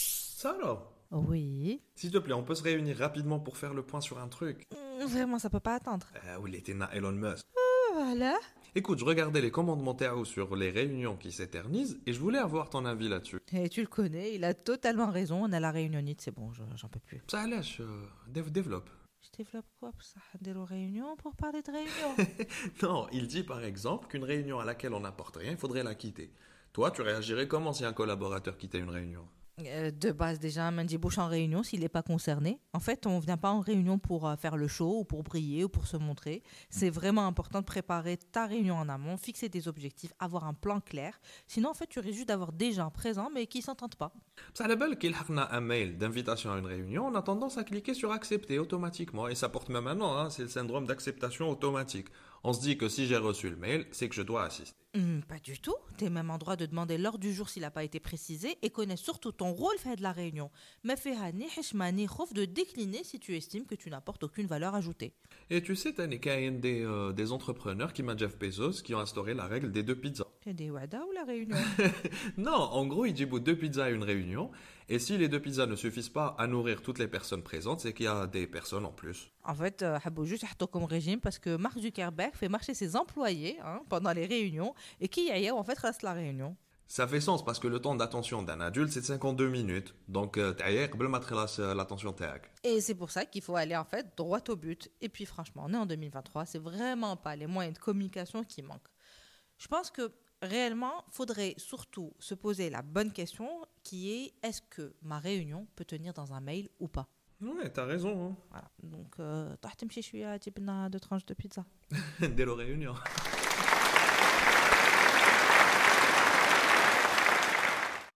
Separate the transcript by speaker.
Speaker 1: Sarah,
Speaker 2: Oui.
Speaker 1: s'il te plaît, on peut se réunir rapidement pour faire le point sur un truc.
Speaker 2: Mmh, Vraiment, ça peut pas attendre.
Speaker 1: Euh, où il était na Elon Musk.
Speaker 2: Voilà.
Speaker 1: Écoute, je regardais les commandements Théo sur les réunions qui s'éternisent et je voulais avoir ton avis là-dessus.
Speaker 2: Et tu le connais, il a totalement raison. On a la réunionnite, c'est bon, je- j'en peux plus.
Speaker 1: Ça allèche, euh, dév- développe.
Speaker 2: Je développe quoi pour ça Des réunions pour parler de réunions
Speaker 1: Non, il dit par exemple qu'une réunion à laquelle on n'apporte rien, il faudrait la quitter. Toi, tu réagirais comment si un collaborateur quittait une réunion
Speaker 2: Euh, De base, déjà, Mandy Bush en réunion, s'il n'est pas concerné. En fait, on ne vient pas en réunion pour euh, faire le show, ou pour briller, ou pour se montrer. C'est vraiment important de préparer ta réunion en amont, fixer tes objectifs, avoir un plan clair. Sinon, en fait, tu risques juste d'avoir des gens présents, mais qui s'entendent pas.
Speaker 1: Ça l'appelle qu'il a un mail d'invitation à une réunion, on a tendance à cliquer sur accepter automatiquement, et ça porte même un nom, hein, c'est le syndrome d'acceptation automatique. On se dit que si j'ai reçu le mail, c'est que je dois assister.
Speaker 2: Hum, pas du tout. T'es même en droit de demander l'heure du jour s'il n'a pas été précisé et connais surtout ton rôle fait de la réunion. Mais Fehani, Heshmani, Khof de décliner si tu estimes que tu n'apportes aucune valeur ajoutée.
Speaker 1: Et tu sais, Tani, qu'il y a des, euh, des entrepreneurs qui m'a Jeff Bezos qui ont instauré la règle des deux pizzas.
Speaker 2: T'es des wada ou la réunion
Speaker 1: Non, en gros, il dit bout deux pizzas à une réunion, et si les deux pizzas ne suffisent pas à nourrir toutes les personnes présentes, c'est qu'il y a des personnes en plus.
Speaker 2: En fait, euh, Habbo juste يحطوا comme régime parce que Mark Zuckerberg fait marcher ses employés hein, pendant les réunions et qui ailleurs en fait reste la réunion.
Speaker 1: Ça fait sens parce que le temps d'attention d'un adulte, c'est de 52 minutes. Donc, euh, t'as قبل ما تخلص euh, l'attention تاعك.
Speaker 2: Et c'est pour ça qu'il faut aller en fait droit au but. Et puis franchement, on est en 2023, c'est vraiment pas les moyens de communication qui manquent. Je pense que réellement, faudrait surtout se poser la bonne question qui est est-ce que ma réunion peut tenir dans un mail ou pas
Speaker 1: Ouais, t'as raison.
Speaker 2: Voilà. Donc, euh, طاح تمشي شوية تجيب لنا deux tranches de pizza.
Speaker 1: Hein. Dès la réunion.